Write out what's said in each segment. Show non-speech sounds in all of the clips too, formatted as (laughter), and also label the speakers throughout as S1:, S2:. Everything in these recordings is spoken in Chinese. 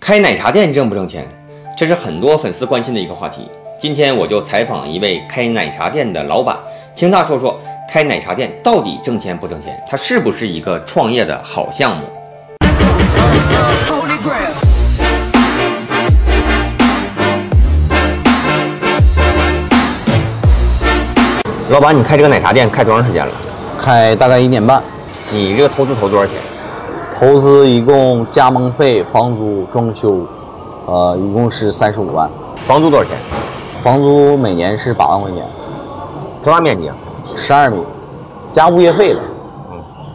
S1: 开奶茶店挣不挣钱？这是很多粉丝关心的一个话题。今天我就采访一位开奶茶店的老板，听他说说开奶茶店到底挣钱不挣钱，它是不是一个创业的好项目？老板，你开这个奶茶店开多长时间了？
S2: 开大概一年半，
S1: 你这个投资投多少钱？
S2: 投资一共加盟费、房租、装修，呃，一共是三十五万，
S1: 房租多少钱？
S2: 房租每年是八万块钱，
S1: 多大面积啊？
S2: 十二米，加物业费了。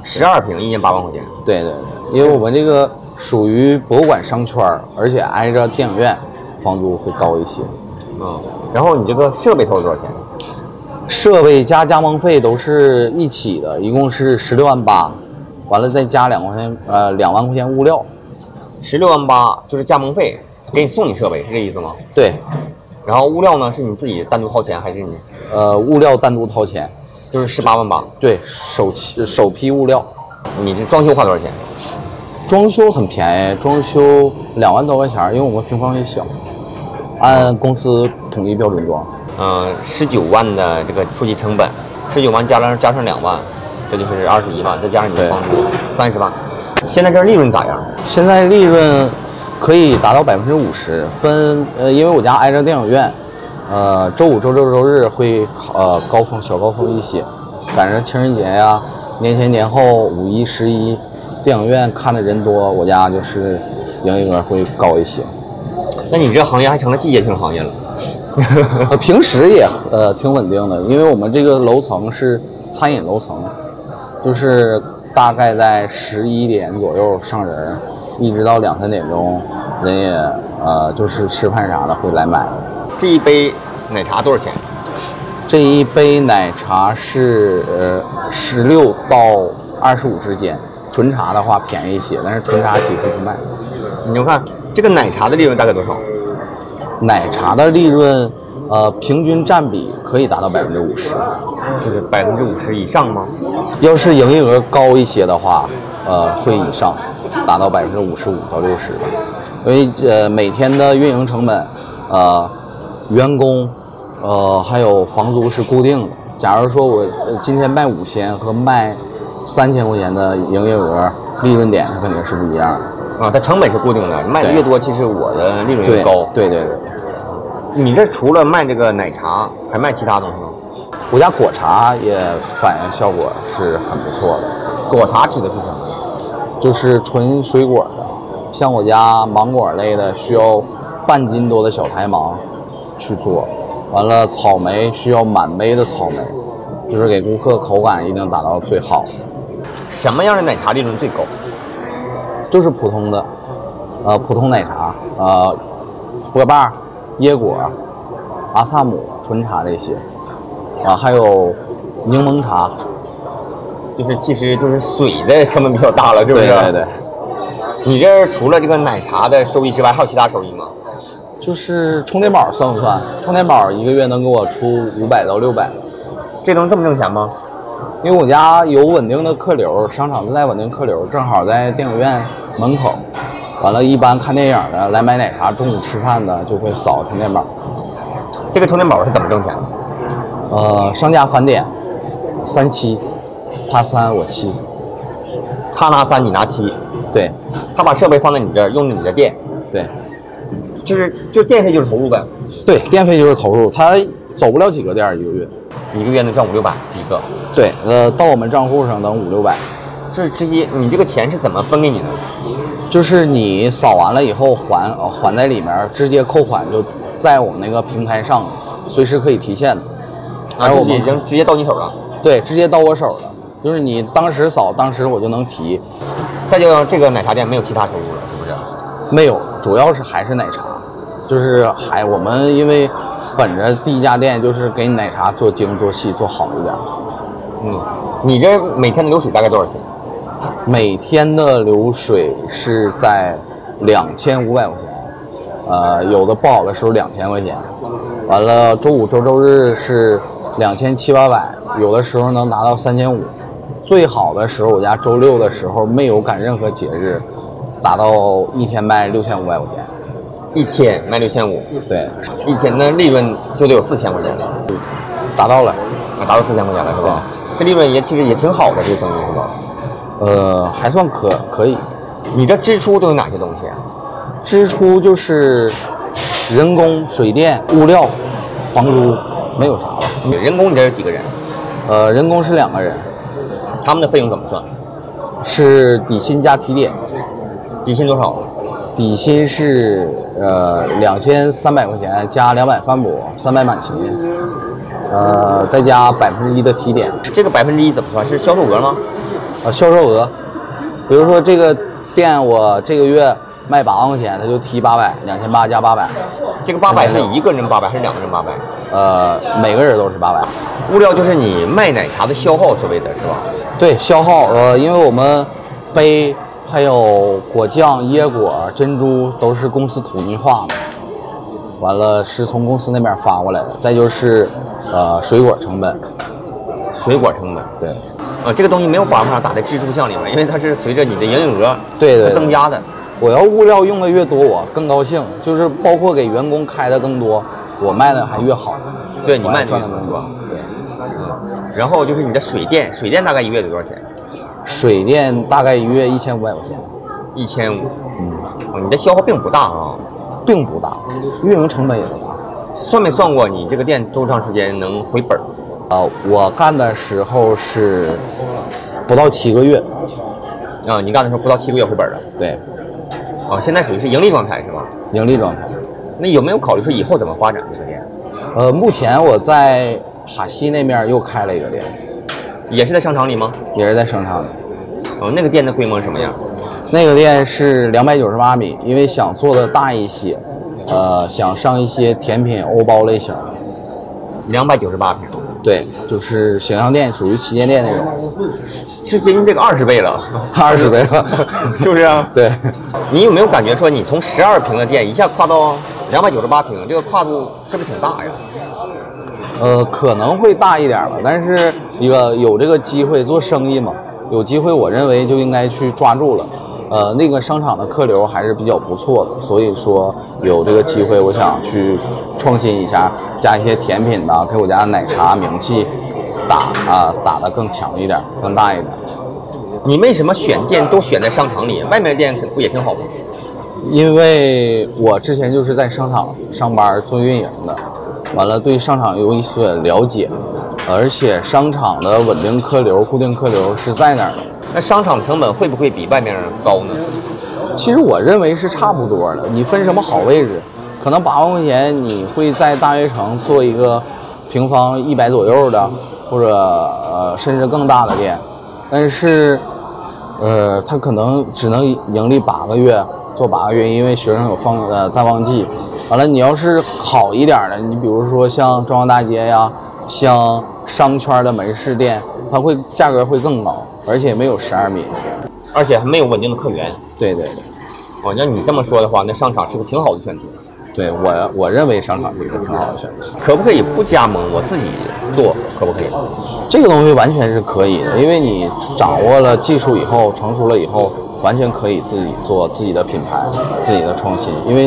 S1: 十二平，一年八万块钱。
S2: 对对对，因为我们这个属于博物馆商圈儿，而且挨着电影院，房租会高一些。
S1: 嗯，然后你这个设备投了多少钱？
S2: 设备加加盟费都是一起的，一共是十六万八，完了再加两块钱，呃，两万块钱物料。
S1: 十六万八，就是加盟费，给你送你设备，是这意思吗？
S2: 对，
S1: 然后物料呢，是你自己单独掏钱，还是你
S2: 呃，物料单独掏钱。
S1: 就是十八万八？
S2: 对，首期首批物料，
S1: 你这装修花多少钱？
S2: 装修很便宜，装修两万多块钱儿，因为我们平方也小，按公司统一标准装。
S1: 嗯、1十九万的这个初级成本，十九万加上加上两万，这就是二十一万，再加上你的
S2: 对
S1: 房租，三十万。现在这利润咋样？
S2: 现在利润可以达到百分之五十，分呃，因为我家挨着电影院，呃，周五、周六、周日会呃高峰小高峰一些，赶上情人节呀、年前年后、五一、十一，电影院看的人多，我家就是营业额会高一些。
S1: 那你这行业还成了季节性行业了。
S2: 呃，平时也呃挺稳定的，因为我们这个楼层是餐饮楼层，就是大概在十一点左右上人儿，一直到两三点钟，人也呃就是吃饭啥的会来买。
S1: 这一杯奶茶多少钱？
S2: 这一杯奶茶是呃十六到二十五之间，纯茶的话便宜一些，但是纯茶几乎不卖。
S1: 你就看这个奶茶的利润大概多少？
S2: 奶茶的利润呃平均占比可以达到百分之五十。
S1: 就是百分之五十以上吗？
S2: 要是营业额高一些的话，呃，会以上，达到百分之五十五到六十吧。因为呃，每天的运营成本，呃，员工，呃，还有房租是固定的。假如说我呃今天卖五千和卖三千块钱的营业额，利润点它肯定是不一样的。
S1: 啊，它成本是固定的，卖的
S2: 对
S1: 越多，其实我的利润
S2: 对
S1: 越高。
S2: 对对对，
S1: 你这除了卖这个奶茶，还卖其他东西吗？
S2: 我家果茶也反应效果是很不错的。
S1: 果茶指的是什么？
S2: 就是纯水果的，像我家芒果类的需要半斤多的小台芒去做，完了草莓需要满杯的草莓，就是给顾客口感一定达到最好，
S1: 什么样的奶茶利润最高？
S2: 就是普通的，呃，普通奶茶，呃，波霸、椰果、阿萨姆纯茶这些，啊，还有柠檬茶，
S1: 就是其实就是水的成本比较大了，是不
S2: 对
S1: 是？
S2: 对对。。
S1: 你这儿除了这个奶茶的收益之外，还有其他收益吗？
S2: 就是充电宝算不算？充电宝一个月能给我出五百到六百，
S1: 这能这么挣钱吗？
S2: 因为我家有稳定的客流，商场自带稳定客流，正好在电影院门口。完了，一般看电影的、来买奶茶、中午吃饭的就会扫充电宝。
S1: 这个充电宝是怎么挣钱的？
S2: 呃，商家返点，三七，他三我七，
S1: 他拿三，你拿七，
S2: 对
S1: 他把设备放在你这儿，用着你的电，
S2: 对
S1: 就是就电费就是投入呗，
S2: 对，电费就是投入，他走不了几个店儿一个月。
S1: 一个月能赚五六百一个。
S2: 对，呃，到我们账户上等五六百，
S1: 这这些你这个钱是怎么分给你的？啊
S2: 就是你扫完了以后还呃还在里面儿，直接扣款就在我们那个平台上，随时可以提现的。
S1: 啊，
S2: 还有
S1: 就
S2: 我
S1: 是
S2: 们
S1: 已经直接到你手了。
S2: 对，直接到我手了。就是你当时扫，当时我就能提。
S1: 再就这个奶茶店没有其他收入了，是不是？
S2: 没有，主要是还是奶茶，就是还我们因为本着第一家店就是给你奶茶做精做细做好一点，
S1: 嗯，你这每天的流水大概多少钱？
S2: 每天的流水是在两千五百块钱，呃，有的不好的时候两千块钱，完了周五周周日是两千七八百，有的时候能拿到三千五，最好的时候我家周六的时候没有赶任何节日，达到一天卖六千五百块钱。
S1: 一天卖六千五，
S2: 对，
S1: 一天的利润就得有四千块钱了，
S2: 达到了。
S1: 啊达到四千块钱了是吧？这利润也其实也挺好的，这个生意是吧？
S2: 呃，还算可可以。
S1: 你这支出都有哪些东西啊？
S2: 支出就是人工、水电、物料、房租，没有啥了。
S1: 你人工你这有几个人？
S2: 呃，人工是两个人，
S1: 他们的费用怎么算？
S2: 是底薪加提点，
S1: 底薪多少？
S2: 底薪是呃两千三百块钱加两百饭补，三百满勤，呃再加百分之一的提点，
S1: 这个百分之一怎么算？是销售额吗？
S2: 呃销售额，比如说这个店我这个月卖八万块钱，他就提八百，两千八加八百，
S1: 这个八百是一个人八百还是两个人八百？
S2: 呃每个人都是八百。
S1: 物料就是你卖奶茶的消耗之类的是吧？
S2: 对，消耗呃，因为我们杯还有果酱、椰果、珍珠都是公司统一化的，完了是从公司那边发过来的。再就是呃，水果成本，
S1: 水果成本。
S2: 对，
S1: 啊，这个东西没有办法打在支出项里面，因为它是随着你的营业额
S2: 对对对
S1: 它增加的。
S2: 我要物料用的越多，我更高兴，就是包括给员工开的更多，我卖的还越好，
S1: 对你
S2: 我还
S1: 卖得
S2: 赚
S1: 越
S2: 的更
S1: 多
S2: 多
S1: 是吧。
S2: 对，
S1: 然后就是你的水电，水电大概一个月得多少钱？
S2: 水电大概一月一千五百块钱，
S1: 一千五。嗯，你的消耗并不大啊。
S2: 并不大，运营成本也不大。
S1: 算没算过你这个店多长时间能回本儿？
S2: 啊，我干的时候是不到七个月，
S1: 啊，你干的时候不到七个月回本儿了。
S2: 对，
S1: 啊，现在属于是盈利状态是吧？
S2: 盈利状态。
S1: 那有没有考虑说以后怎么发展这个店？
S2: 呃，目前我在哈西那面又开了一个店，
S1: 也是在商场里吗？
S2: 也是在商场里。
S1: 哦，那个店的规模是什么样？
S2: 那个店是两百九十八米，因为想做的大一些，呃，想上一些甜品欧包类型，
S1: 两百九十八平，
S2: 对，就是形象店，属于旗舰店那种，
S1: 是接近这个二十倍了， (laughs)
S2: 二十倍
S1: 是不是啊？
S2: (laughs) 对，
S1: 你有没有感觉说你从十二平的店一下跨到两百九十八平，这个跨度是不是挺大呀？
S2: 呃，可能会大一点吧，但是一个有这个机会做生意嘛，有机会我认为就应该去抓住了。呃，那个商场的客流还是比较不错的，所以说有这个机会，我想去创新一下，加一些甜品呐、给我家奶茶名气打啊打得更强一点，更大一点。
S1: 你为什么选店都选在商场里？外面店不也挺好吗？
S2: 因为我之前就是在商场上班做运营的，完了对商场有一些了解，而且商场的稳定客流、固定客流是在那儿的。
S1: 那商场的成本会不会比外面高呢？
S2: 其实我认为是差不多的。你分什么好位置，可能八万块钱你会在大悦城做一个平方一百左右的，或者呃甚至更大的店，但是呃它可能只能盈利八个月，做八个月，因为学生有放呃淡旺季。完了，你要是好一点儿的，你比如说像中央大街呀，像商圈的门市店，它会价格会更高，而且没有十二米。
S1: 而且还没有稳定的客源。
S2: 对对对。
S1: 哦，那你这么说的话，那商场是个挺好的选择。
S2: 对我，我认为商场是一个挺好的选择。
S1: 可不可以不加盟，我自己做，可不可以？
S2: 这个东西完全是可以的，因为你掌握了技术以后，成熟了以后，完全可以自己做自己的品牌，自己的创新。因为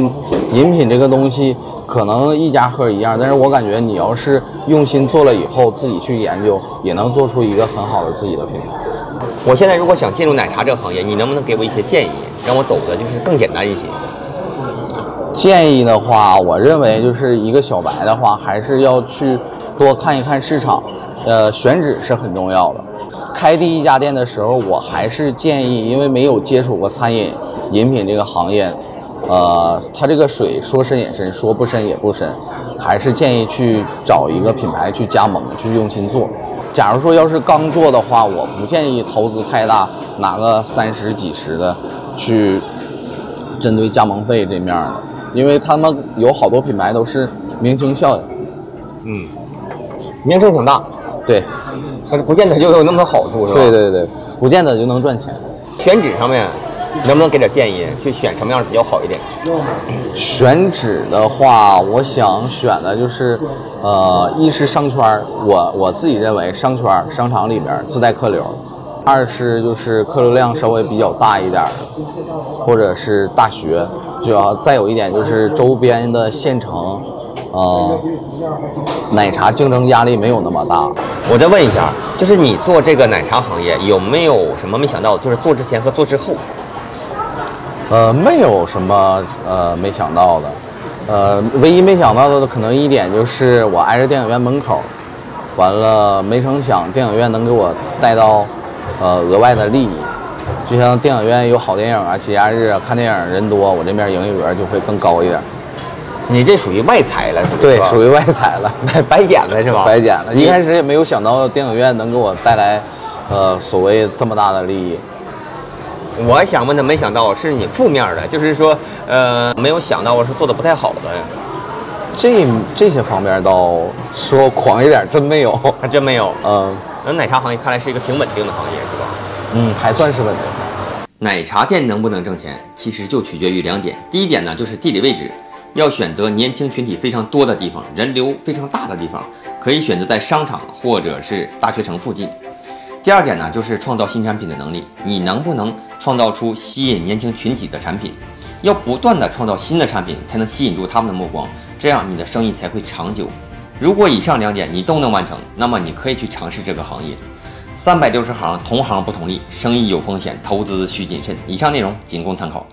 S2: 饮品这个东西，可能一家喝一样，但是我感觉你要是用心做了以后，自己去研究，也能做出一个很好的自己的品牌。
S1: 我现在如果想进入奶茶这个行业，你能不能给我一些建议，让我走的就是更简单一些？
S2: 建议的话，我认为就是一个小白的话，还是要去多看一看市场，呃，选址是很重要的。开第一家店的时候，我还是建议，因为没有接触过餐饮饮品这个行业，呃，它这个水说深也深，说不深也不深，还是建议去找一个品牌去加盟，去用心做。假如说要是刚做的话，我不建议投资太大，拿个三十几十的去针对加盟费这面儿的，因为他们有好多品牌都是明星效应，
S1: 嗯，名声挺大，
S2: 对，
S1: 但是不见得就有那么多好处，是吧？
S2: 对。对对，不见得就能赚钱。
S1: 选址上面，能不能给点建议，去选什么样的比较好一点？
S2: 选址的话，我想选的就是，呃，一是商圈儿，我我自己认为商圈儿商场里边儿自带客流，二是就是客流量稍微比较大一点儿的，或者是大学，主要再有一点就是周边的县城，呃，奶茶竞争压力没有那么大。
S1: 我再问一下，啊就是你做这个奶茶行业有没有什么没想到？就是做之前和做之后，
S2: 呃，没有什么呃没想到的，呃，唯一没想到的可能一点就是我挨着电影院门口，完了没成想电影院能给我带到呃额外的利益，就像电影院有好电影啊，节假日啊看电影人多，我这边营业额就会更高一点。
S1: 你这属于外财了，是吧？
S2: 对，
S1: 于
S2: 属于外采了，
S1: (laughs) 白白捡了是吧？
S2: 白捡了。
S1: 你
S2: 啊一开始也没有想到电影院能给我带来，呃，所谓这么大的利益。
S1: 我还想问他，没想到是你负面的，就是说，呃，没有想到我是做的不太好的，
S2: 这这些方面倒说狂一点，真没有。
S1: 还真没有。
S2: 嗯
S1: 那奶茶行业看来是一个挺稳定的行业，是吧？
S2: 嗯，还算是稳定。
S1: 奶茶店能不能挣钱，其实就取决于两点。第一点呢，就是地理位置，要选择年轻群体非常多的地方，人流非常大的地方，可以选择在商场或者是大学城附近。第二点呢，就是创造新产品的能力，你能不能创造出吸引年轻群体的产品？要不断的创造新的产品，才能吸引住他们的目光，这样你的生意才会长久。如果以上两点你都能完成，那么你可以去尝试这个行业。三百六十行，同行不同利，生意有风险，投资需谨慎。以上内容仅供参考。